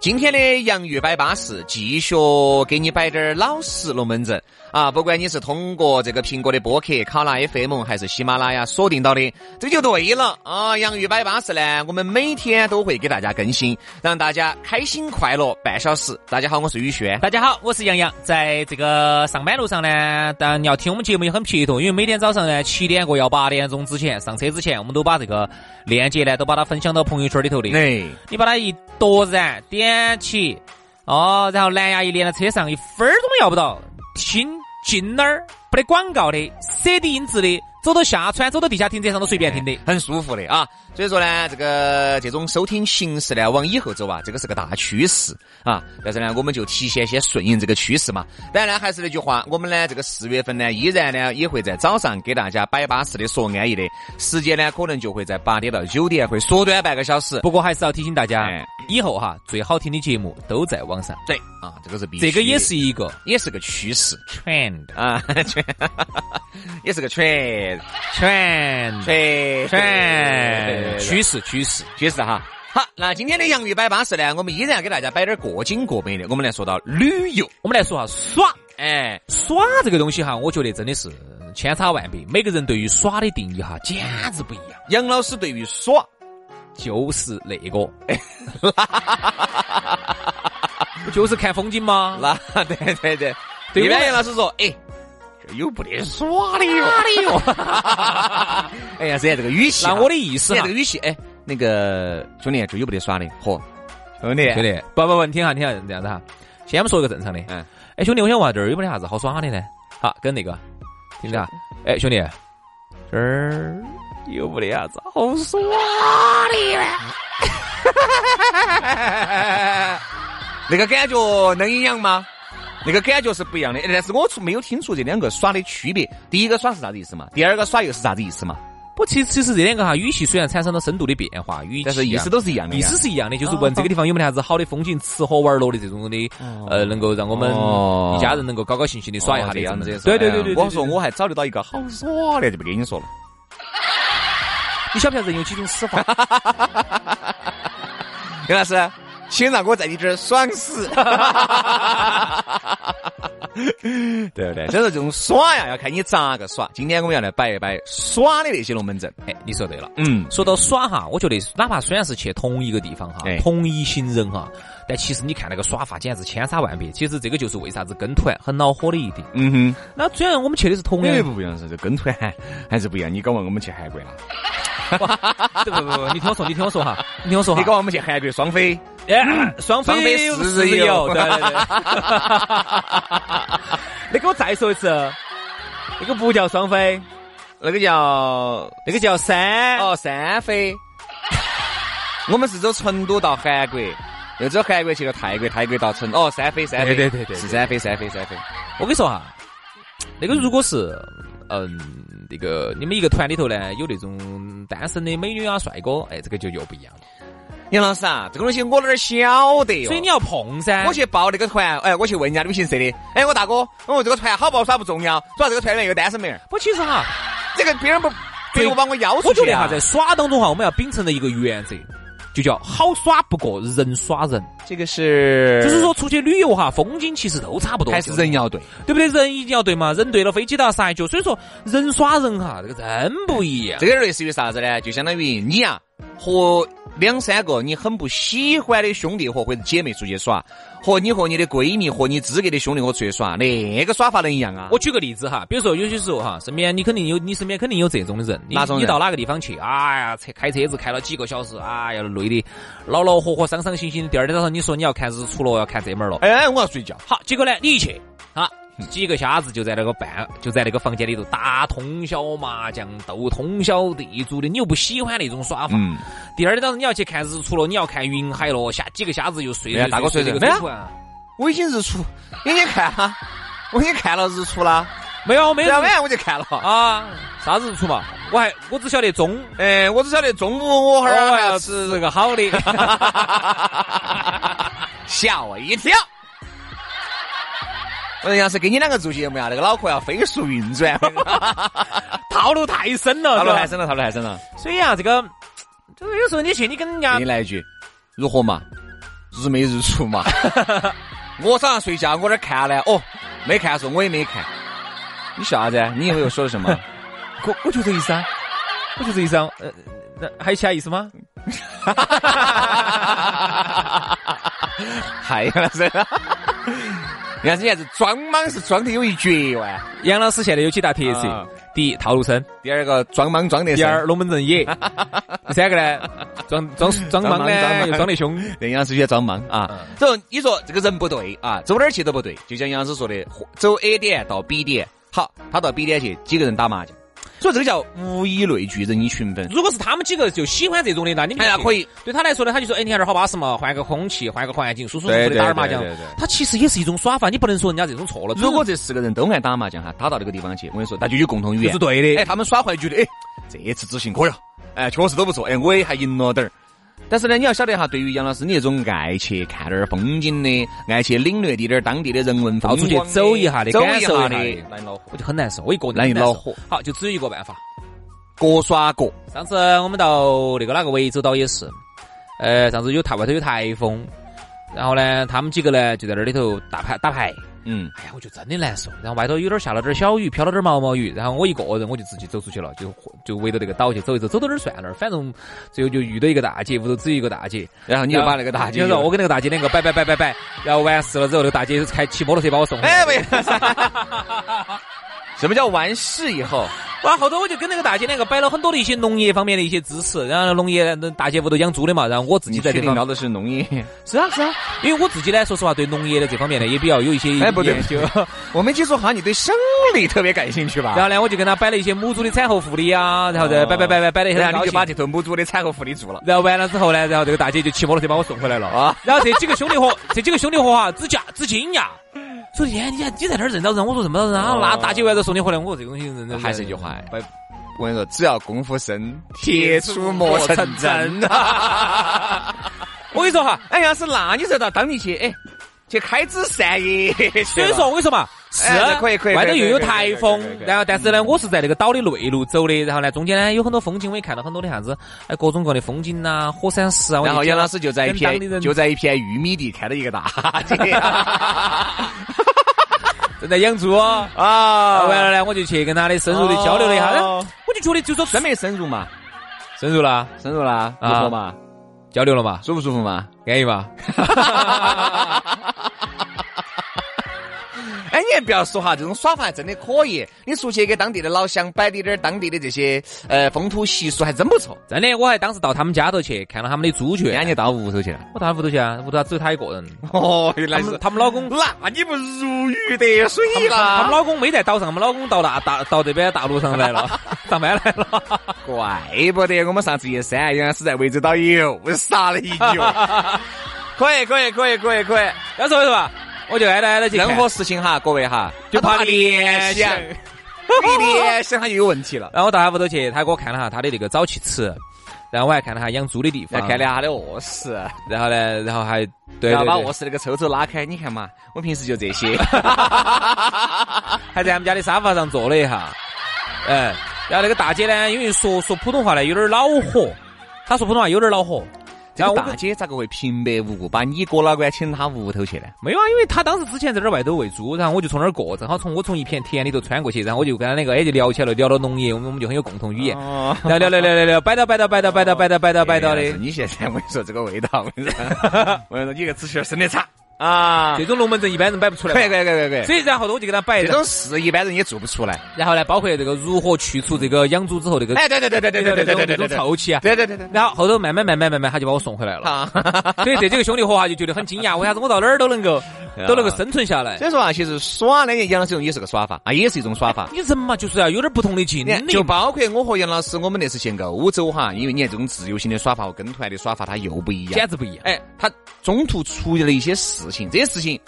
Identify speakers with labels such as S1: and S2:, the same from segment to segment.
S1: 今天的洋芋摆巴士，继续给你摆点儿老实龙门阵啊！不管你是通过这个苹果的播客、考拉 FM 还是喜马拉雅锁定到的，这就对了啊！洋芋摆巴士呢，我们每天都会给大家更新，让大家开心快乐半小时。大家好，我是宇轩。
S2: 大家好，我是杨洋，在这个上班路上呢，当然你要听我们节目也很撇脱，因为每天早上呢七点过要八点钟之前上车之前，我们都把这个链接呢都把它分享到朋友圈里头的。
S1: 哎，
S2: 你把它一夺燃点起，哦，然后蓝牙一连到车上，一分儿钟要不到，听进那儿不得广告的 CD 音质的，走到下川，走到地下停车场都随便听的。
S1: 很舒服的啊。所以说呢，这个这种收听形式呢，往以后走啊，这个是个大趋势啊。但是呢，我们就提前先顺应这个趋势嘛。当然呢，还是那句话，我们呢这个四月份呢，依然呢也会在早上给大家摆巴适的说安逸的时间呢，可能就会在八点到九点会缩短半个小时。
S2: 不过还是要提醒大家，
S1: 哎
S2: 以后哈最好听的节目都在网上，
S1: 对啊，这个是必须的，
S2: 这个也是一个
S1: 也是个趋势
S2: trend
S1: 啊， 全也是个全
S2: trend
S1: 全
S2: trend 哎趋势趋势。
S1: 确实哈。好，那今天的洋芋摆巴士呢，我们依然给大家摆点儿过紧过美的。我们来说到旅游，
S2: 我们来说哈耍
S1: 哎，
S2: 耍这个东西哈，我觉得真的是千差万别，每个人对于耍的定义哈简直不一样。
S1: 杨老师对于耍，
S2: 就是那 个，不就是看风景吗？
S1: 那 对对对，
S2: 对
S1: 一般
S2: 我
S1: 杨老师说，哎，这有不得耍的哟， 哎呀，这这个语气哈，
S2: 那我的意思
S1: 这
S2: 哈
S1: 这个，语气，哎，那个兄弟，这有不得耍的，嚯，兄弟
S2: 兄弟，不不不，你听下，你听下，这样子哈，先我们说一个正常的。
S1: 嗯，
S2: 哎，兄弟，我想问这儿有没得啥子好耍的呢？好，跟那个，听着哈，哎，兄弟，这儿有没得啥子好耍
S1: 那个感觉能一样吗？那个感觉是不一样的，哎但是我从没有听出这两个耍的区别。第一个耍是啥子意思嘛？第二个耍又是啥子意思嘛？
S2: 不，其实其实这两个哈，语气虽然产生了深度的变化，语气
S1: 但是意
S2: 啊
S1: 思都是一样的呀，
S2: 意思是一样的，就是问这个地方有没得啥子好的风景、吃喝玩乐的这种的，呃，能够让我们
S1: 哦
S2: 一家人能够高高兴兴的耍一下的
S1: 这样子。哎
S2: 对对对对，对
S1: 我说，我还找得到一个好耍的，就不跟你说了。
S2: 对你晓不晓得人有几种 死法？
S1: 杨老师，请让我在你这儿爽死， 对不对？所以说这种耍呀，要看你咋个耍。今天我们要来摆一摆耍的那些龙门阵。
S2: 哎，你说对了。
S1: 嗯，
S2: 说到耍哈，我觉得哪怕虽然是去同一个地方哈
S1: 哎，
S2: 同一行人哈，但其实你看那个耍法简直千差万别。其实这个就是为啥子跟团很恼火的一点。
S1: 嗯哼，
S2: 那虽然我们去的是同样
S1: 那
S2: 的
S1: 不不一样是这跟团还是不一样。你搞完我们去韩国啊？
S2: 不不不，你听我说，你听我说哈，你听我说
S1: 哎你
S2: 哈
S1: 搞，完我们去韩国双飞？
S2: 哎，双
S1: 双飞
S2: 四
S1: 四日
S2: 日游，
S1: 游
S2: 对对 对。你给我再说一次，那个不叫双飞，
S1: 那个叫
S2: 那个叫 三。
S1: 哦三飞。我们是走成都到韩国，又走韩国去了泰国，泰国到成哦三飞三飞，
S2: 对对对对
S1: 是三飞三飞三飞。
S2: 我跟你说哈，那个如果是嗯，那个你们一个团里头呢，有那种单身的美女啊、帅哥，哎，这个就又不一样了。
S1: 杨老师啊，这个东西我哪儿晓得哟？
S2: 所以你要碰噻。
S1: 我去报那个团，哎，我去问人家旅行社的，哎，我大哥，我、这个团好不好耍不重要，主要这个团员有单身妹儿，
S2: 不，其实哈，
S1: 这个别人不别人不把我邀
S2: 我
S1: 出
S2: 觉
S1: 去
S2: 得
S1: 啊
S2: 哈，在耍当中哈，我们要秉承的一个原则，就叫好耍不过人耍人。
S1: 这个是
S2: 就是说出去旅游哈，风景其实都差不多，
S1: 还是人要对，
S2: 对不对？人一定要对嘛，人对了，飞机都要撒一脚。所以说，人耍人哈，这个真不一样。
S1: 这个类似于啥子呢？就相当于你啊和两三个你很不喜欢的兄弟伙或者姐妹出去耍，和你和你的闺蜜和你资格的兄弟伙出去耍，那个耍法能一样啊？
S2: 我举个例子哈，比如说有些时候哈，身边你肯定有，你身边肯定有这种的人。你
S1: 哪种人
S2: 你到哪个地方去？哎呀，车开车子开了几个小时，哎呀，累的恼恼火火、伤伤心心的。第二天早上你说你要看日出了，要看这门儿了。
S1: 哎，我要睡觉。
S2: 好，结果呢，你一去，啊，几个瞎子就在那个办，就在那个房间里头打通宵麻将，斗通宵地主的。你又不喜欢那种耍法。
S1: 嗯，
S2: 第二天早上你要去看日出了，你要看云海了，下几个瞎子又睡
S1: 哎呀
S2: 了。
S1: 大哥睡
S2: 这
S1: 着
S2: 个
S1: 没有
S2: 出啊
S1: 我已经日出，已经看了，我已经看了日出了，
S2: 没有没
S1: 昨
S2: 有
S1: 天晚上我就看了。
S2: 啊，啥日出嘛？我还我只晓得中
S1: 哎，我只晓得中午我
S2: 我
S1: 哈儿啊还
S2: 要
S1: 哦要吃，
S2: 吃个好的。
S1: 吓我一跳。我要是跟你两个做节目啊呀，那个脑壳要飞速运转。
S2: 套路太深 了，
S1: 套路
S2: 是吧
S1: 太。深了，套路太深了。
S2: 所以啊，这个，这个有时候你去，你跟人家
S1: 给你来一句，如何嘛？日没日出 嘛？我早上睡觉，我这儿看了，哦，没看说我也没看。你笑啥子？你以为我说的什 么？
S2: 我我就这意思啊，我就这意思啊，呃，那还有其他意思吗？
S1: 还有啥子？人家你还是装莽是装的有一绝哇！
S2: 杨老师现在有几大特
S1: 啊
S2: 色：第一，套路深；
S1: 第二个装莽装得
S2: 第
S1: 深，
S2: 二，龙门阵 野；第三个呢，装装
S1: 装
S2: 装莽
S1: 莽装
S2: 呢
S1: 莽
S2: 又装得凶。
S1: 人杨师学装莽啊。所以你说这个人不对啊，走哪儿去都不对。就像杨师说的，走 A 点到 B 点，好，他到 B 点去，几个人打麻将，所以这个叫物以类聚，人以群分。
S2: 如果是他们几个就喜欢这种的，那你们
S1: 哎呀，
S2: 就
S1: 可以，
S2: 对他来说呢，他就说，哎，你看这儿好巴适嘛，换个空气，换个环境，舒舒服
S1: 对
S2: 服
S1: 对
S2: 的打点麻将
S1: 对对对。
S2: 他其实也是一种耍法，你不能说人家这种错了。
S1: 如果这四个人都爱打麻将哈，打到那个地方去，我跟你说，大家有共同语
S2: 这
S1: 言
S2: 是。对的，
S1: 哎，他们耍回来觉得，哎，这次执行可以了，哎，确实都不错，哎，我也还赢了点儿。但是呢，你要晓得哈，对于杨老师你那种爱去看点儿风景的，爱去领略滴点儿当地的人文风
S2: 到
S1: 光
S2: 处
S1: 的，
S2: 去走一下的，
S1: 走
S2: 感
S1: 一
S2: 受
S1: 下
S2: 下
S1: 的，
S2: 的，我就很难受，我一个人
S1: 让你
S2: 很难受
S1: 恼火。
S2: 好，就只有一个办法。
S1: 各耍各。
S2: 上次我们到那个哪个涠洲岛也是，呃，上次有台外头有台风，然后呢，他们几个呢就在那里头打牌打牌，
S1: 嗯，
S2: 哎呀，我就真的难受。然后外头有点下了点小雨，飘了点毛毛雨，然后我一个人我就自己走出去了，就就围着那个岛去走一走，走到哪儿算哪儿，反正最后就遇到一个大姐，屋头只有一个大姐，
S1: 然啊后你就把那个大姐
S2: 然，后我跟那个大姐两个摆摆摆摆摆，然后完事了之后，那个大姐开骑摩托车把我送回来。
S1: 哎，喂， 什么叫完事以后？
S2: 哇，后头我就跟那个大姐两个摆了很多的一些农业方面的一些知识，然后农业那大姐屋头养猪的嘛，然后我自
S1: 你
S2: 己在
S1: 确
S2: 这
S1: 定
S2: 方
S1: 聊
S2: 面
S1: 的是农业？
S2: 是啊是啊，因为我自己呢，说实话对农业的这方面呢也比较有一 些
S1: 哎不对
S2: 研究，
S1: 我没记错，好像你对生理特别感兴趣吧？
S2: 然后呢我就跟她摆了一些母猪的产后护理啊，然后再摆摆摆摆摆的很
S1: 哦然后
S2: 高
S1: 你就把
S2: 兴。
S1: 这头母猪的产后护理做了。
S2: 然后完了之后呢，然后这个大姐就骑摩托车把我送回来了
S1: 啊
S2: 啊。然后这几个兄弟伙，这几个兄弟伙哈，只惊只惊讶，说：“哎，你看你在那儿认到人？”我说：“认到人啊。”那大姐完了送你回来，我说这个东西认到人
S1: 哦还是那句话
S2: 不
S1: 我跟你说，只要功夫深，铁杵磨成针啊！
S2: 我跟你说哈，
S1: 哎，要是那你就到当地去，哎，去开枝散 叶去吧。
S2: 所以说，我跟你说嘛，是啊
S1: 哎可以可以
S2: 外头
S1: 可以
S2: 又有
S1: 可以可以
S2: 台
S1: 可以可以
S2: 风
S1: 可，以
S2: 然后但是呢，我是在那个岛的内陆走的，然后呢，中间呢有很多风景，我也看到很多的啥子，哎，各种各样的风景呐，火山石啊。我
S1: 然后
S2: 也
S1: 杨
S2: 看到
S1: 老师就在一
S2: 跟当地
S1: 片
S2: 人
S1: 就在一片玉米地看到一个大 啊姐
S2: 正在养猪哦，
S1: 啊
S2: 完了呢，我就去跟他的深入的交流了一下，然
S1: 哦
S2: 后我就觉得就说
S1: 真没深入嘛，
S2: 深入了，
S1: 深入啦，如
S2: 啊
S1: 何嘛？
S2: 交流了嘛，
S1: 舒不舒服嘛？
S2: 安逸嘛。
S1: 哎，你还不要说哈，这种耍法还真的可以。你出去给当地的老乡摆点点儿当地的这些呃风土习俗，还真不 错。
S2: 真的，我还当时到他们家头去看了他们的猪
S1: 人
S2: 圈
S1: 家，就到屋头去了。
S2: 我到他们屋头去啊，屋头只有他一个人，
S1: 哦，原
S2: 他
S1: 来
S2: 们他们老公。
S1: 那你不如鱼得水
S2: 他们他们
S1: 啦？
S2: 老公没在岛上，他们老公到大大到这边大陆上来 了，上班来了。
S1: 怪不得我们上次一山，原来是在涠洲岛又杀了一脚。可以，可以，可以，可以，可以。
S2: 要说是吧？我就挨着挨着去看
S1: 任何事情哈，各位哈，
S2: 就怕
S1: 他
S2: 联想。
S1: 你联想他就有问 题了。
S2: 然后我到他屋头去，他给我看了下他的那个沼气池，然后我还看了下养猪的地
S1: 来
S2: 方，
S1: 看了，下他的卧室，
S2: 然后呢，然后还对对
S1: 然后把
S2: 对
S1: 卧，室那个抽抽拉开，你看嘛，我平时就这 些。
S2: 还在他们家的沙发上坐了一下，嗯，然后那个大姐呢，因为说说普通话呢有点儿恼火，她说普通话有点儿恼火，
S1: 然后
S2: 个
S1: 大姐咋个会平白无故把你哥老倌请到她屋头去呢？
S2: 没有啊，因为他当时之前在这儿外头喂猪，然后我就从那儿过，正好从我从一片田里头穿过去，然后我就跟他那个哎就聊起来了，聊到农业，我们我们就很有共同语言，
S1: 哦
S2: 聊聊聊聊聊聊，摆到摆到摆到摆到摆到摆到摆到的
S1: 哎呀。你现在我跟你说这个味道，我跟你说，我跟你说，你这个纸屑生的差啊
S2: 这！种龙门阵一般人摆不出来
S1: 快
S2: 嘛，
S1: 快快快快！
S2: 所以然后头我就给他摆
S1: 这
S2: 了，
S1: 种事一般人也做不出来。
S2: 然后呢，包括这个如何去除这个养猪之后这个
S1: 哎，对对对对对对对对对
S2: 这
S1: 对
S2: 种
S1: 对，
S2: 臭气啊，
S1: 对对对对。
S2: 然后后头慢慢慢慢慢慢他就把我送回来了，
S1: 啊，
S2: 所以这几个兄弟伙啊就觉得很 惊讶，为啥子我到哪儿都能够
S1: 啊
S2: 都能够生存下来
S1: 所？以说啊，其实耍呢，杨老师用也是个耍法啊，也是一种耍法。
S2: 你人嘛就是啊要有点不同的经
S1: 你看，
S2: 历
S1: 就，包括我和杨老师，我们那次去欧洲哈，因为你看这种自由行的耍法和跟团的耍法，它又不一样
S2: 简。直不一样。
S1: 哎，他中途出现了一些事情，这些事情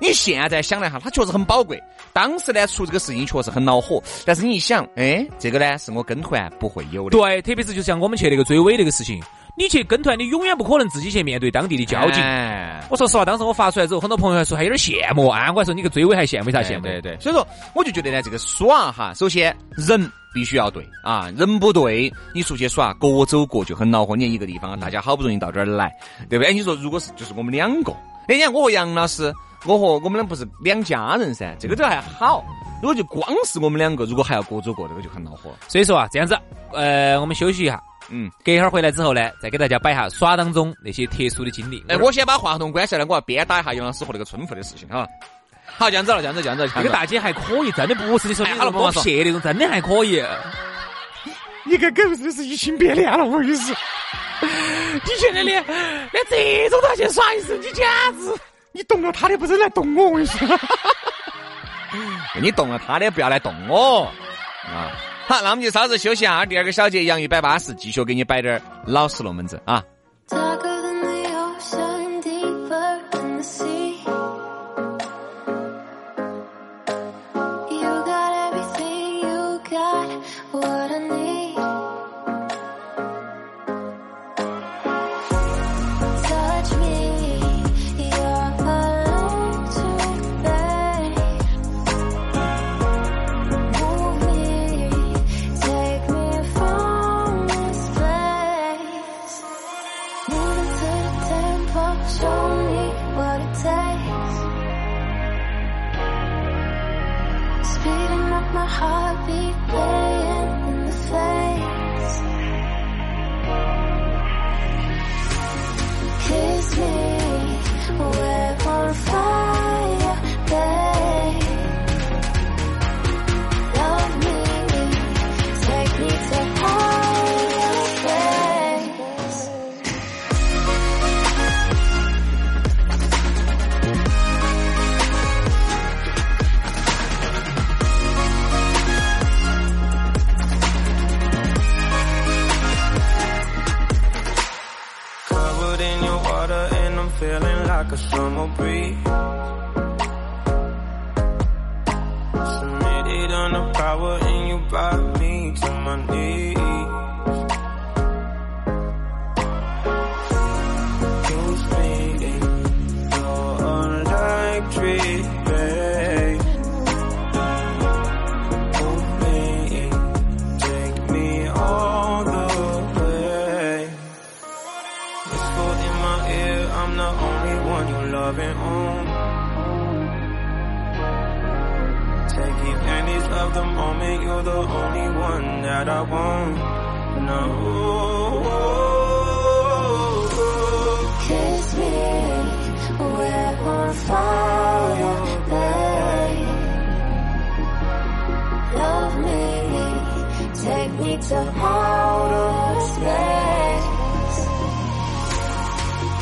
S1: 你现在想来哈，它确实很宝贵。当时呢，出这个事情确实很恼火，但是你一想，哎，这个呢是我跟团不会有的。
S2: 对，特别是就像我们去那个追尾那个事情，你去跟团，你永远不可能自己去面对当地的交警。
S1: 哎
S2: 我说实话，当时我发出来之后，很多朋友还说还有点羡慕啊，我还说你个追尾还羡慕啥羡慕？
S1: 哎对对，所以说我就觉得呢，这个耍哈，首先人必须要对啊，人不对，你出去耍各走各就很恼火。你看一个地
S2: 嗯
S1: 方，大家好不容易到这儿来，对不对？哎你说如果是就是我们两个，那你看我和杨老师，我和我们俩不是两家人
S2: 嗯
S1: 噻，这个都还好。如果就光是我们两个，如果还要各走各，这个就很恼火。
S2: 所以说啊，这样子，呃，我们休息一下，
S1: 嗯，
S2: 隔一会儿回来之后呢，再给大家摆一下耍当中那些特殊的经历。
S1: 哎，我先把话筒关下来，我要鞭打一下杨老师和那个春富的事情哈。好，这样子了，这样子，这样子，这
S2: 这
S1: 样子
S2: 个。大姐还可以，真的不是你说
S1: 哎
S2: 你
S1: 好
S2: 那
S1: 了不
S2: 么
S1: 说
S2: 撇那种，真的还可以。
S3: 你跟狗日是移情别恋了，我跟你说，
S2: 你现在 连连这种都要去耍一次，你简直……
S3: 你动了他的不是来动我，我跟你说。
S1: 你动了他的，不要来动我啊！好，那我们就稍事休息啊。第二个小节，洋芋摆巴士，继续给你摆点儿老实龙门阵啊。
S4: Darker than the ocean, deeper than the sea. You got everything, you got what I need. Touch me, you're electric, babe. Move me, take me from this place. Move it to the tempo, show me what it takes. Speeding up my heartbeat, playing in the face. Kiss me, we're on fire, babe. Love me, take me to higher place.
S5: Covered in your water and I'm feeling like a summer breeze. Submitted on the power and you brought me to my knees. You spinning, you're electric, babe. Move me, take me all the way. Whisper in my ear, I'm the only one oh. you love and own. Take advantage of the moment, you're the only one that I want. No.
S4: Kiss me, we're on fire, babe. Love me, take me to outer space.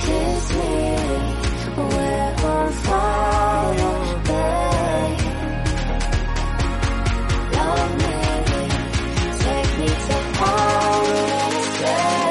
S4: Kiss me, we're on fire, babe. Love me, take me to outer space.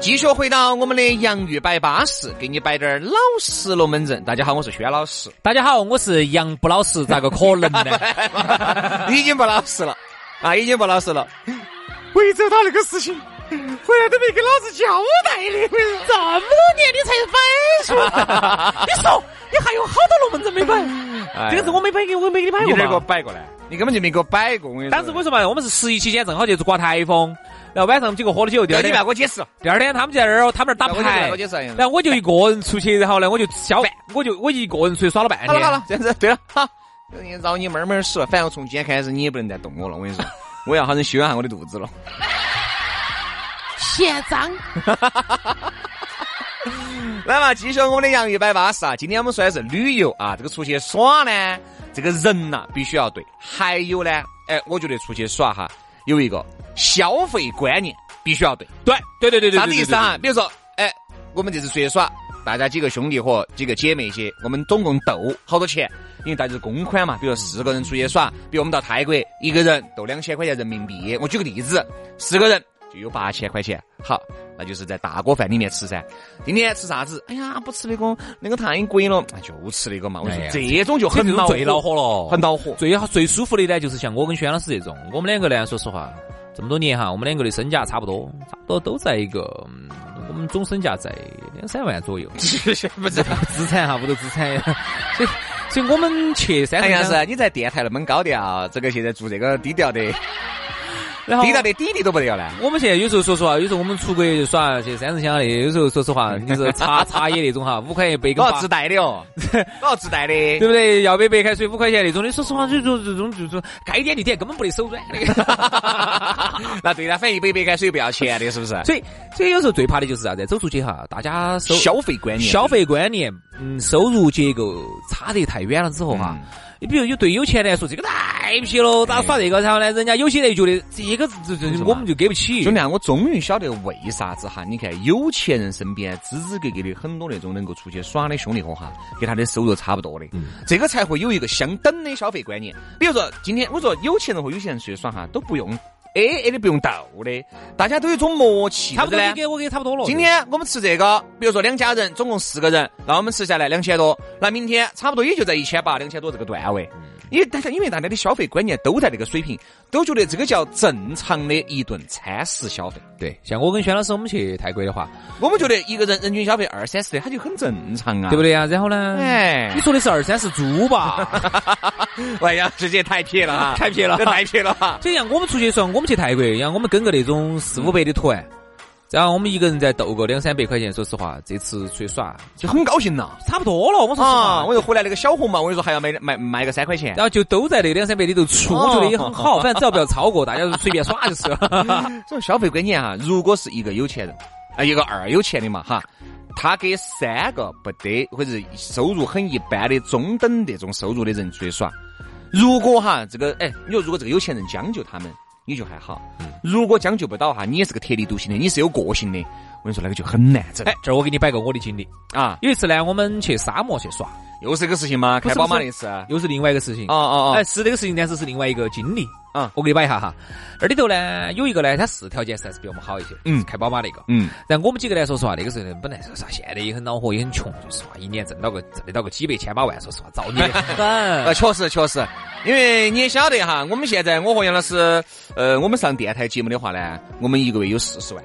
S1: 继续回到我们的洋芋摆巴士，给你摆点儿老实龙门阵。大家好，我是轩老师，
S2: 大家好，我是杨不老实，咋个可能 呢？
S1: 已经不老实了啊，已经不老实了。
S3: 为找到那个事情，回来都没给老子交代的。
S2: 这么多年你才摆出来，你说你还有好多龙门阵没摆？
S1: 哎
S2: 这个是我没摆给，我没给你摆
S1: 你哪儿给
S2: 过
S1: 我
S2: 吧？
S1: 摆过来？你根本就没给我摆过。我跟你说
S2: 当时我说嘛，我们是十一期间正好就是刮台风，然后晚上几个喝了酒，第
S1: 对
S2: 二
S1: 你不要
S2: 天
S1: 给我解释了，
S2: 第二天他们就在那儿，他们那儿打
S1: 不要给我解释
S2: 牌
S1: 了我，解释了。
S2: 然后我就一个人出去，然后呢我就消，我就我一个人出去耍了半
S1: 好
S2: 天。
S1: 了好了，这样子对了，好，你饶你妹妹儿死了，反正从今天开始你也不能再动我了。我跟你说，我要好生修养下我的肚子了。
S2: 现张，
S1: 来嘛，继续我们的洋芋摆巴士啊！今天我们说的是旅游啊，这个出去耍呢，这个人呐、必须要对，还有呢，哎，我觉得出去耍哈，有一个消费观念必须要对，
S2: 对对对对对，
S1: 啥子意思
S2: 啊？
S1: 啊？比如说，哎，我们这次出去耍，大家几个兄弟伙、几个姐妹些，我们总共斗好多钱，因为大家是公款嘛。比如四个人出去耍，比如我们到泰国，一个人斗两千块钱人民币。我举个例子，十个人就有八千块钱。好，那就是在大锅饭里面吃噻。今天吃啥子？哎呀，不吃那个，那个太贵了，哎就吃那个嘛。我说
S2: 哎呀
S1: 这种就
S2: 这
S1: 很
S2: 就是最恼火了，
S1: 很恼火。
S2: 最好最舒服的呢，就是像我跟轩老师这种，我们两个呢，说实话，这么多年哈，我们两个的身价差不多，差不多都在一个，嗯我们总身价在两三万左右，
S1: 不是，
S2: 资产哈，屋头资产，所以所以我们去三
S1: 哎
S2: 个
S1: 呀，
S2: 人，
S1: 是你在电台那么高调，这个现在做这个低调
S2: 哎
S1: 的，
S2: 然后
S1: 低调的底弟都不得了呢。
S2: 我们现在有时候说实话，有时候我们出国去耍去三十乡的，有时候说实话，你是茶茶叶那种哈，五块一杯跟
S1: 我
S2: 八
S1: 要自。带的 哦，我要自带的。
S2: 对不对？要杯白开水五块钱那种的，说实话，这种这种这种该点就点，根本不得手软的。
S1: 那对了，反正一杯白开水不要钱的，是不是？
S2: 所以，所以有时候最怕的就是啥子？走出去哈，大家收
S1: 消费观念，
S2: 消费观念，嗯，收入结构差得太远了之后哈，
S1: 嗯
S2: 你、比如有对有钱人来说，这个太皮了，
S1: 哎
S2: 咋耍这个？然后呢，人家有些人就觉得这个这这我们就给不起
S1: 兄。弟啊，我终于晓得为啥子哈？你看有钱人身边支支格格的很多那种能够出去耍的兄弟伙哈，跟他的收入差不多的，这个才会有一个相等的消费观念。比如说今天我说有钱人和有钱人出去耍哈，都不用 A A 的，不用斗的，大家都有一种默契，
S2: 差不多
S1: 对
S2: 你
S1: 呢
S2: 给我给差不多了。
S1: 今天我们吃这个，比如说两家人总共四个人，那我们吃下来两千多，那明天差不多也就在一千八、两千多这个段位。因为大家因为大家的消费观念都在那个水平，都觉得这个叫正常的一顿餐食消费。
S2: 对，像我跟轩老师我们去泰国的话，
S1: 我们觉得一个人人均消费二三十的，他就很正常啊，
S2: 对不
S1: 对？
S2: 对呀、然后呢，
S1: 哎
S2: 你说的是二三十猪吧？
S1: 哎呀，直接太撇了啊，
S2: 太撇了
S1: 这太撇了啊！
S2: 就像我们出去的时候，我们去泰国，像我们跟个那种四五百的团，然后我们一个人再斗个两三百块钱，说实话，这次出去耍
S1: 就很高兴呐
S2: 差不多了。我说实话，
S1: 啊！我又回来那个小红嘛，我跟你说还要卖卖卖个三块钱。
S2: 然后就都在那两三百里头出，我觉得也很好，反正只要不要超 过，大家就随便耍就是了。
S1: 这种消费观念哈，如果是一个有钱人，啊，一个二有钱的嘛哈，他给三个不得或者是收入很一般的中等那种收入的人出去耍，如果哈这个哎，你说如果这个有钱人将就他们，你就还好；如果将就不到哈，你也是个特立独行的，你是有个性的，我跟你说那个就很难整。
S2: 哎，这儿我给你摆个我的经历。
S1: 啊，
S2: 有一次呢，我们去沙漠去耍，
S1: 又是一个事情嘛，
S2: 不
S1: 开
S2: 是
S1: 宝马
S2: 不是
S1: 那次，哦
S2: 又是另外一个事情。
S1: 哦
S2: 哎，
S1: 哦，
S2: 是这个事情，但是是另外一个经历
S1: 啊
S2: 我给你摆一下哈。那里头呢，有一个呢，他是条件是还是比我们好一些，
S1: 嗯
S2: 是开宝马那个。
S1: 嗯，
S2: 然后我们几个呢，说实话，那个时候呢，本来说实话，现在也很恼火，也很穷，说实话，一年挣到个挣得到个几百千把万，说实话，造哎孽得
S1: 呃，
S2: 很。
S1: 确实确实，因为你也晓得哈，我们现在我和杨老师，呃，我们上电台节目的话呢，我们一个月有四十万；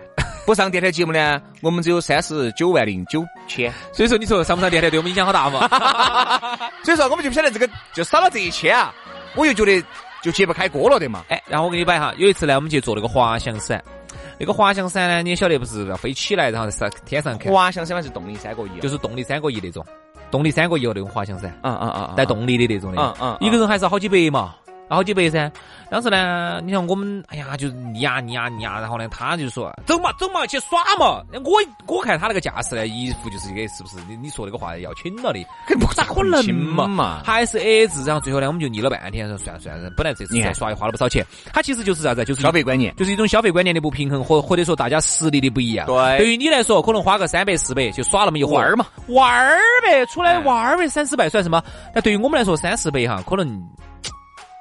S1: 不上电台节目呢，我们只有三十九万零九千。
S2: 所以说，你说上不上电台对我们影响好大啊嘛？
S1: 所以说，我们就不晓得这个就少了这一千啊，我就觉得就揭不开锅了的嘛。
S2: 哎，然后我给你摆哈，有一次呢，我们去坐那个滑翔伞，那个滑翔伞呢，你也晓得不是要飞起来，然后在天上看，
S1: 滑翔伞嘛是动力三个一，
S2: 就是动力三个亿那种。动力三国也有那种滑翔伞，
S1: 啊啊啊！
S2: 带动力的那种
S1: 嗯嗯
S2: 的
S1: 嗯，
S2: 一个人还是好几百嘛，啊好几百噻。当时呢，你像我们，哎呀，就是你呀你呀你呀，然后呢，他就说走嘛走嘛，去耍嘛。我我看他那个架势呢，一副就是这个是不是你你说那个话要亲了的，咋可能
S1: 亲嘛
S2: 还是 A A 制，然后最后呢，我们就腻了半天，说算了算了，本来这次
S1: 你
S2: 再
S1: 看
S2: 耍也花了不少钱。他其实就是啥子，就是
S1: 消费观念，
S2: 就是一种消费观念的不平衡，或或者说大家实力的不一样。
S1: 对
S2: 对于你来说，可能花个三百四百就耍那么一会
S1: 玩儿嘛，
S2: 玩儿呗，出来
S1: 嗯
S2: 玩儿呗，三四百算什么？那对于我们来说，三四百哈，可能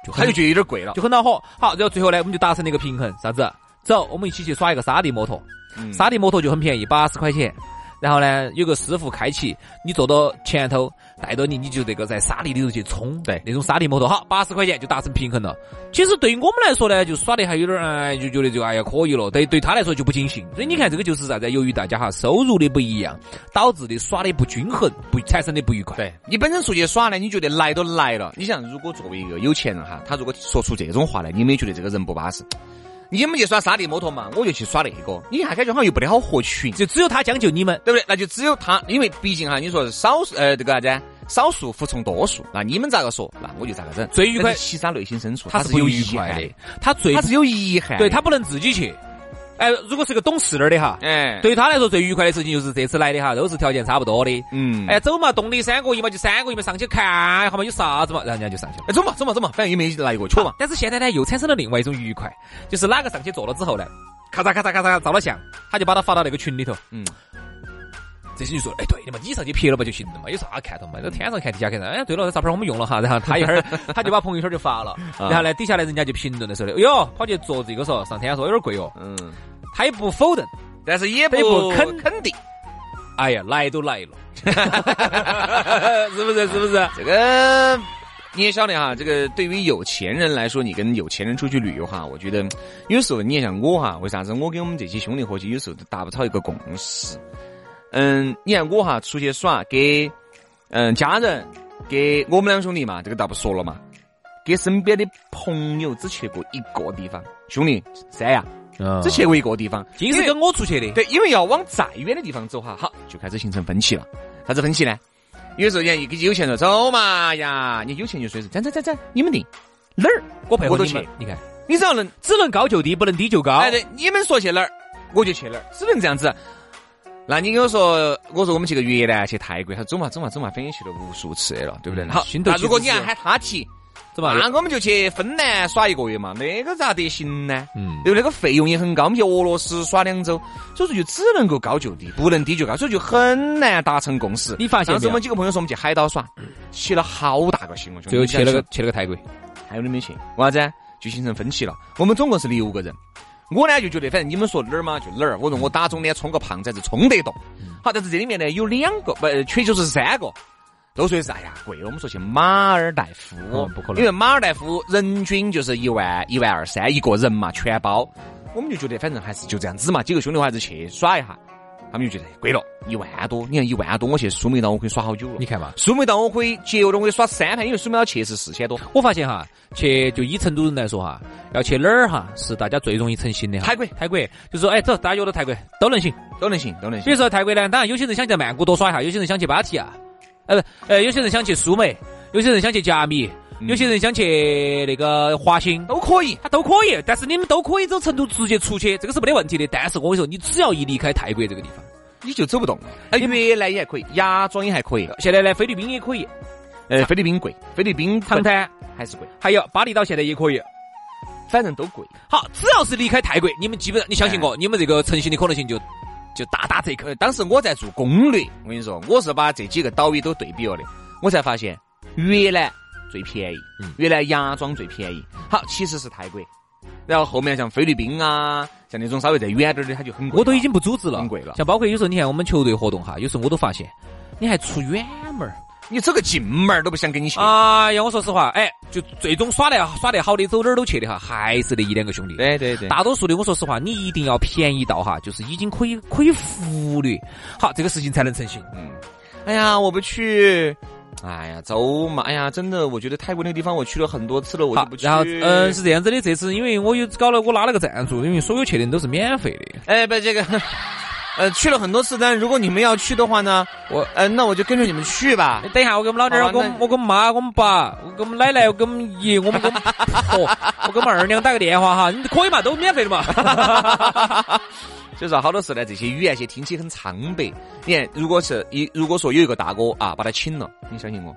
S2: 就
S1: 他
S2: 很
S1: 就觉得有点贵了。
S2: 就很恼火。好，然后最后呢，我们就达成了一个平衡，啥子？走，我们一起去耍一个沙地摩托。
S1: 嗯
S2: 沙地摩托就很便宜，八十块钱。然后呢，有个师傅开起，你坐到前头，带着你，你就这个在沙地里头去冲，
S1: 对
S2: 那种沙地摩托，好，八十块钱就达成平衡了。其实对于我们来说呢，就耍的还有点儿，哎，就觉得就哎呀可以了。对，对他来说就不尽兴。所以你看，这个就是啥子？由于大家哈收入的不一样，导致的耍的不均衡，不产生的不愉快。
S1: 对你本身出去耍呢，你觉得来都来了，你想如果作为一个有钱人哈，他如果说出这种话来，你有没有觉得这个人不巴适？你们去耍沙地摩托嘛，我就去耍那个，你还感觉好像又不得好合群，
S2: 就只有他将就你们，
S1: 对不对？那就只有他，因为毕竟哈，你说少呃这个啥子啊，少数服从多数，那你们咋个说，那我就咋个整。
S2: 最愉快
S1: 但是其实他内心深处
S2: 他是
S1: 是
S2: 不
S1: 有
S2: 愉
S1: 遗
S2: 快
S1: 憾
S2: 的，，他最
S1: 他是有遗憾。
S2: 对，他不能自己去。哎，如果是个懂事儿的哈，
S1: 哎，
S2: 对他来说最愉快的事情就是这次来的哈，都是条件差不多的。
S1: 嗯，
S2: 哎，走嘛，动力三国一嘛，就三国一嘛，上去看一下嘛，有啥子嘛，然后人家就上去了。
S1: 哎，走嘛走嘛走嘛，反正也没来过，去嘛。
S2: 但是现在呢，又产生了另外一种愉快，就是哪个上去坐了之后呢，咔嚓咔嚓咔嚓照了相，他就把他发到那个群里头。
S1: 嗯，
S2: 这些就说，哎，对的嘛，你上去拍了嘛就行了嘛，有啥看头嘛？那天上看，地下看，哎，对了，这照片我们用了哈。然后他一 会儿他就把朋友圈就发了，
S1: 啊
S2: 然后呢，底下呢人家就评论的时候，哎呦，跑去坐这个说，上天说有点贵哦，
S1: 嗯，
S2: 他也不否认，
S1: 但是也不
S2: 也不肯
S1: 肯定。
S2: 哎呀，来 都来了，是不是？是不是？
S1: 这个你也晓得哈，这个对于有钱人来说，你跟有钱人出去旅游哈，我觉得有时候你也像我哈，为啥子我跟我们这些兄弟伙起，有时候都达不到一个共识。嗯，你看我哈出去耍，给嗯家人，给我们两兄弟嘛，这个倒不说了嘛，给身边的朋友只去过一个地方，兄弟三呀，只去过一个地方，
S2: 今是跟我出去的，
S1: 对，因为要往再远的地方走哈，好，就开始形成分歧了。啥子分歧呢？有时候人家有钱说走嘛呀，你有钱就随时走走走走，你们定哪儿？
S2: 我配
S1: 我
S2: 合
S1: 都
S2: 你们
S1: 去。
S2: 你看，
S1: 你只要能，
S2: 只能高就低，不能低就高。
S1: 哎，对，你们说去哪儿，我就去哪儿，只能这样子。那你跟我说，我说我们去个越南，去泰国，他说走嘛走嘛走嘛，反正也去了无数次了，对不对？
S2: 嗯
S1: 好，
S2: 心头
S1: 那
S2: 其
S1: 如果
S2: 实
S1: 你还
S2: 是
S1: 喊他提，
S2: 怎么？
S1: 那我们就去芬兰耍一个月嘛，那个咋得行呢？
S2: 嗯
S1: 对，那个费用也很高，我们去俄罗斯耍两周，所以说就只能够高就低，不能低就高，所以就很难达成共识。
S2: 你发现
S1: 当
S2: 没
S1: 时我
S2: 有
S1: 们？几个朋友说我们去海岛耍，起了好大个心，我兄弟
S2: 最后去了个
S1: 你想
S2: 去了个泰国，
S1: 去还有你没去？为啥子？就形成分歧了。我们总共是六个人，我呢就觉得反正你们说哪儿嘛就哪儿，我说我打肿脸充个胖子还是充得动。好，但是这里面呢有两个不，呃缺就是三个。都说是哎呀贵了，我们说去马尔代夫、
S2: 嗯不可能
S1: 因为马尔代夫人均就是一万一万二三一个人嘛，全包。我们就觉得反正还是就这样子嘛，几个兄弟伙还是去耍一下。他们就觉得贵了，一万多，你看一万多，我去苏梅岛我可以耍好久了。
S2: 你看嘛。
S1: 苏梅岛我可以节约了，我可以耍三盘，因为苏梅岛去是四千多，
S2: 我发现哈，去就以成都人来说哈，要去哪儿哈是大家最容易成型的哈。
S1: 泰国
S2: 泰国就说哎走，大家约到泰国都能行。
S1: 都能行，都能
S2: 比
S1: 行
S2: 如。说泰国呢，当然有些人想去曼谷多耍一下，有些人想去芭提雅，呃不呃有些人想去苏梅，有些人想去甲米，
S1: 嗯
S2: 有些人想去那个华兴，
S1: 都可以。
S2: 他都可以，但是你们都可以走成都直接出去，这个是没得问题的。但是我跟你说，你只要一离开泰国这个地方，
S1: 你就走不动了。哎，越南也还可以，芽庄也还可以。
S2: 现在呢，菲律宾也可以，
S1: 呃，菲律宾贵，菲律宾
S2: 唐
S1: 本
S2: 滩
S1: 还是贵，
S2: 还有巴厘岛现在也可以。
S1: 反正都贵。
S2: 好，只要是离开泰国，你们基本上你相信我，你们这个成型的可能性就就大打折扣。
S1: 呃，当时我在做攻略，我跟你说，我是把这几个岛屿都对比了的，我才发现越南最便宜，越南芽庄最便宜。好，其实是泰国，然后后面像菲律宾啊，像那种稍微再远点儿的，它就很贵了。
S2: 我都已经不组织了
S1: 很贵，了
S2: 像包括有时候你看我们球队活动哈，有时候我都发现你还出远门儿。
S1: 你走个近门儿都不想跟你去。
S2: 哎呀，我说实话，哎，就最终耍得耍得好的，走哪儿都去的哈，还是那一两个兄弟。
S1: 对对对，
S2: 大多数的，我说实话，你一定要便宜到哈，就是已经可以可以忽略，好这个事情才能成型。
S1: 哎呀，我不去。哎呀，走嘛！哎呀，真的，我觉得泰国那个地方我去了很多次了，我就
S2: 好
S1: 不，去。
S2: 然后嗯、呃是这样子的，这次因为我有搞了我拉了个赞助，因为所有去的人都是免费的，
S1: 哎，不，这个 呃，去了很多次，但如果你们要去的话呢，我呃，那我就跟着你们去吧。
S2: 哎等一下，我跟我们老爹儿，
S1: 好吧
S2: 我跟我
S1: 那
S2: 我跟我妈，我跟我爸，我跟我们奶奶，我跟我们爷，我们跟我 们婆，我跟我们二娘打个电话哈，你可以嘛？都免费的嘛。
S1: 所以说，好多时候呢，这些语言些听起很苍白。你看，如果是一如果说有一个大哥啊，把他请了，你相信我，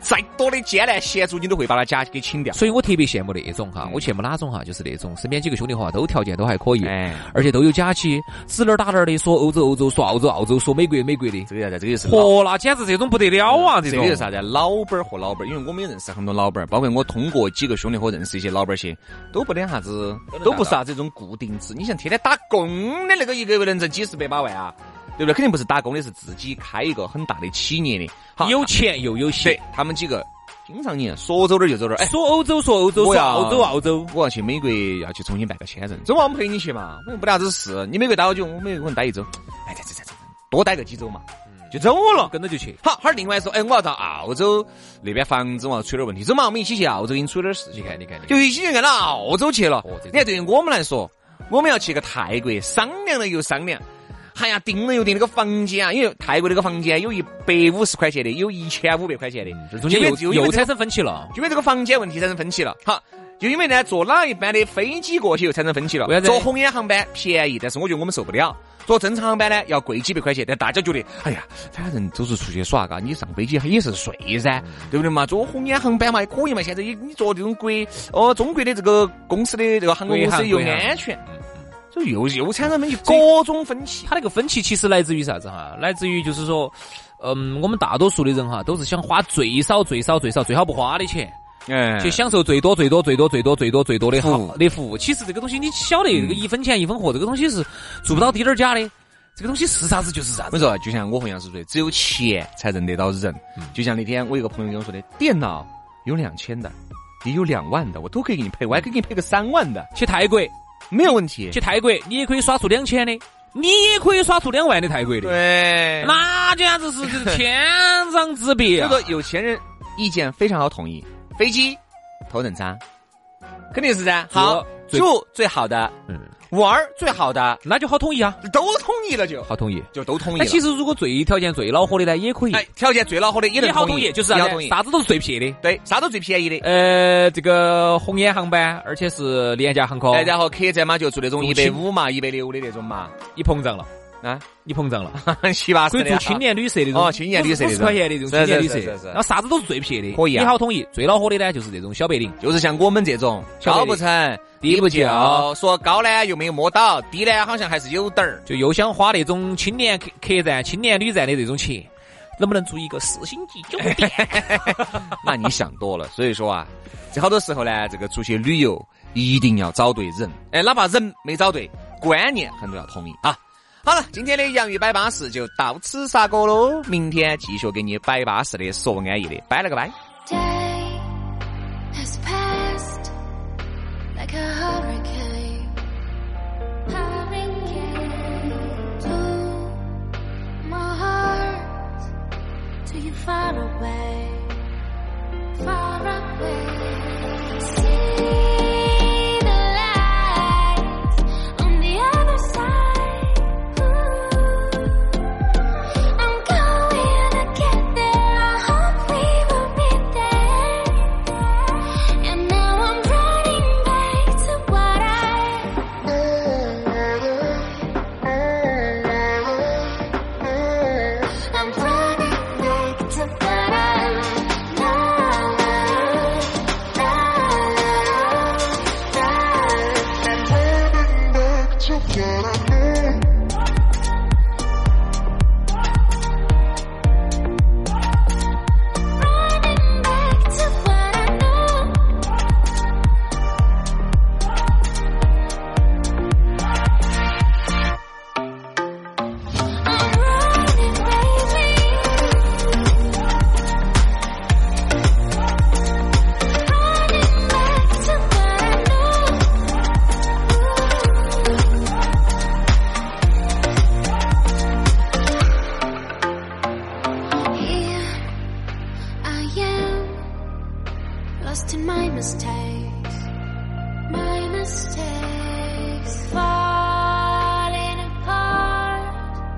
S1: 再多的艰难险阻，你都会把他家给请掉。
S2: 所以我特别羡慕那种哈，我羡慕哪种哈，就是那种身边几个兄弟伙都条件都还可以，
S1: 哎，
S2: 而且都有假期，指哪儿打哪儿的，说欧洲欧洲，说澳洲澳洲，说美国美国的。
S1: 这个叫啥？这个就是老
S2: 嚯，那简直这种不得了啊！这
S1: 这
S2: 种
S1: 个就是啥子？老板儿和老板儿，因为我们也认识很多老板儿，包括我通过几个兄弟伙认识一些老板儿些，都不得啥子，都不是啥子这种固定制。你像天天打工的那个一个月能挣几十百把万啊，对不对？肯定不是打工的，是自己开一个很大的企业的。好，
S2: 有钱又有闲
S1: 对，他们几个经常你看说走哪儿就走哪儿，哎。
S2: 说欧洲说欧洲
S1: 我
S2: 说
S1: 要
S2: 澳洲澳洲，
S1: 我要去美国，要去重新办个签证。中华我们陪你去嘛，我又不得啥子事。你美国待好久？我美国可能待一周。哎，这这这这，多待个几周嘛，就走了。
S2: 跟着就去。
S1: 好，哈儿另外说，哎，我要到澳洲那边房子我要出点问题，走嘛，我们一起去澳洲，给你出点事情。
S2: 你看，你看，你看
S1: 就一起去干到澳洲去了
S2: 哦这。
S1: 你看，对于我们来说，我们要去个泰国，商量了又商量。哎呀，订了又订那个房间啊，因为泰国那个房间有一百五十块钱的，有一千五百块钱的
S2: 嗯这，中
S1: 结果
S2: 间又
S1: 就因为
S2: 又
S1: 这个
S2: 产生分歧了。
S1: 就因为这个房间问题产生分歧了。好，就因为呢，坐哪一班的飞机过去又产生分歧了。
S2: 为啥子
S1: 坐红眼航班便宜，但是我觉得我们受不了；坐正常航班呢，要贵几百块钱。但大家觉得，哎呀，反正都是出去耍，嘎，你上飞机也是睡噻，对不对嘛？坐红眼航班嘛，也可以嘛。现在你你坐这种国哦中国的这个公司的这个航空公
S2: 国
S1: 司
S2: 航
S1: 又
S2: 国航
S1: 安全，所以又又产生分歧，各种分歧。
S2: 他那个分歧其实来自于啥子哈？来自于就是说，嗯，我们大多数的人哈，都是想花最少、最少、最少、最好不花的钱，
S1: 哎
S2: 去享受最多、最多、最多、最多、最多、最多的
S1: 服
S2: 好
S1: 务
S2: 的服务。其实这个东西你晓得，这个一分钱一分货，这个东西是做不到滴点儿假的。这个东西是啥子就是啥
S1: 我
S2: 子。
S1: 说，啊就像我和杨师说的，只有钱才认得到人。
S2: 嗯
S1: 就像那天我一个朋友跟我说的，电脑有两千的，也有两万的，我都可以给你配，我还可以给你配个三万的，
S2: 去泰国，
S1: 没有问题。
S2: 去泰国，你也可以耍出两千的，你也可以耍出两万的泰国的，
S1: 对那
S2: 那简直是这是天壤之别
S1: 这
S2: 啊！
S1: 个有钱人意见非常好统一，飞机头等舱，肯定是噻。好，
S2: 最
S1: 住最好的，
S2: 嗯
S1: 玩儿最好的，
S2: 那就好统一啊，
S1: 都同意了就
S2: 好统一。
S1: 就都同意了。
S2: 那哎其实如果最条件最恼火的呢，也可以，
S1: 哎，条件最恼火的也能
S2: 也好统
S1: 意，
S2: 一，就是啥
S1: 要
S2: 子
S1: 同意，
S2: 啥子都是最撇的。
S1: 对，啥都最便宜的。
S2: 呃，这个红眼航班，而且是廉价航空，
S1: 哎，然后客栈嘛，就住那种
S2: 住
S1: 一百
S2: 青
S1: 五嘛、一百六的那种嘛，
S2: 你膨胀了，
S1: 啊，
S2: 你膨胀了，
S1: 七八十
S2: 可
S1: 的
S2: 以住
S1: 啊
S2: 青年旅社那种，
S1: 哦青年旅社那种
S2: 五十块钱的这种
S1: 是
S2: 青年旅
S1: 是是是是
S2: 社，然后啥子都是最撇的，
S1: 可以啊
S2: 你好统一，最恼火的呢就是这种小白领，
S1: 就是像我们这种
S2: 小
S1: 高
S2: 白领
S1: 不成
S2: 低
S1: 低
S2: 不
S1: 不
S2: 就
S1: 就，说高呢又没有摸到，低呢好像还是有点 儿。
S2: 就又想花那种青年客客栈、青年旅站的这种钱，能不能住一个四星级酒店？
S1: 那你想多了。所以说啊，这好多时候呢，这个出去旅游一定要找对人，哎，哪怕人没找对，观念很重要，同意啊。好了，今天的洋芋摆巴士就到此杀过喽，明天继续给你摆巴士的说安逸的，拜了个拜。
S4: Day has passed like a hurricane. Hurricane to my heart till you far away, far away. See the light on the other side. Ooh. I'm going to get there. I hope we will meet there. And now I'm running back to what I. I'm running back to what I.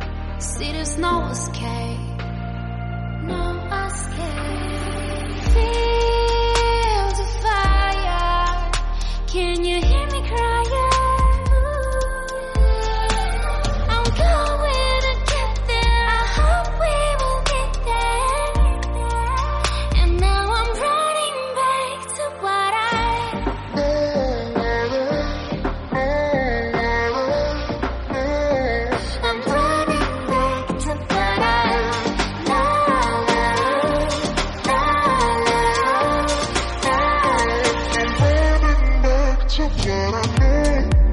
S4: I escape. No escape. Fields of fire. Can you hear me crying? I'm going to get there. I hope we will get there. And now I'm running back to what I. I'm running back to what I. I'm running back to what I.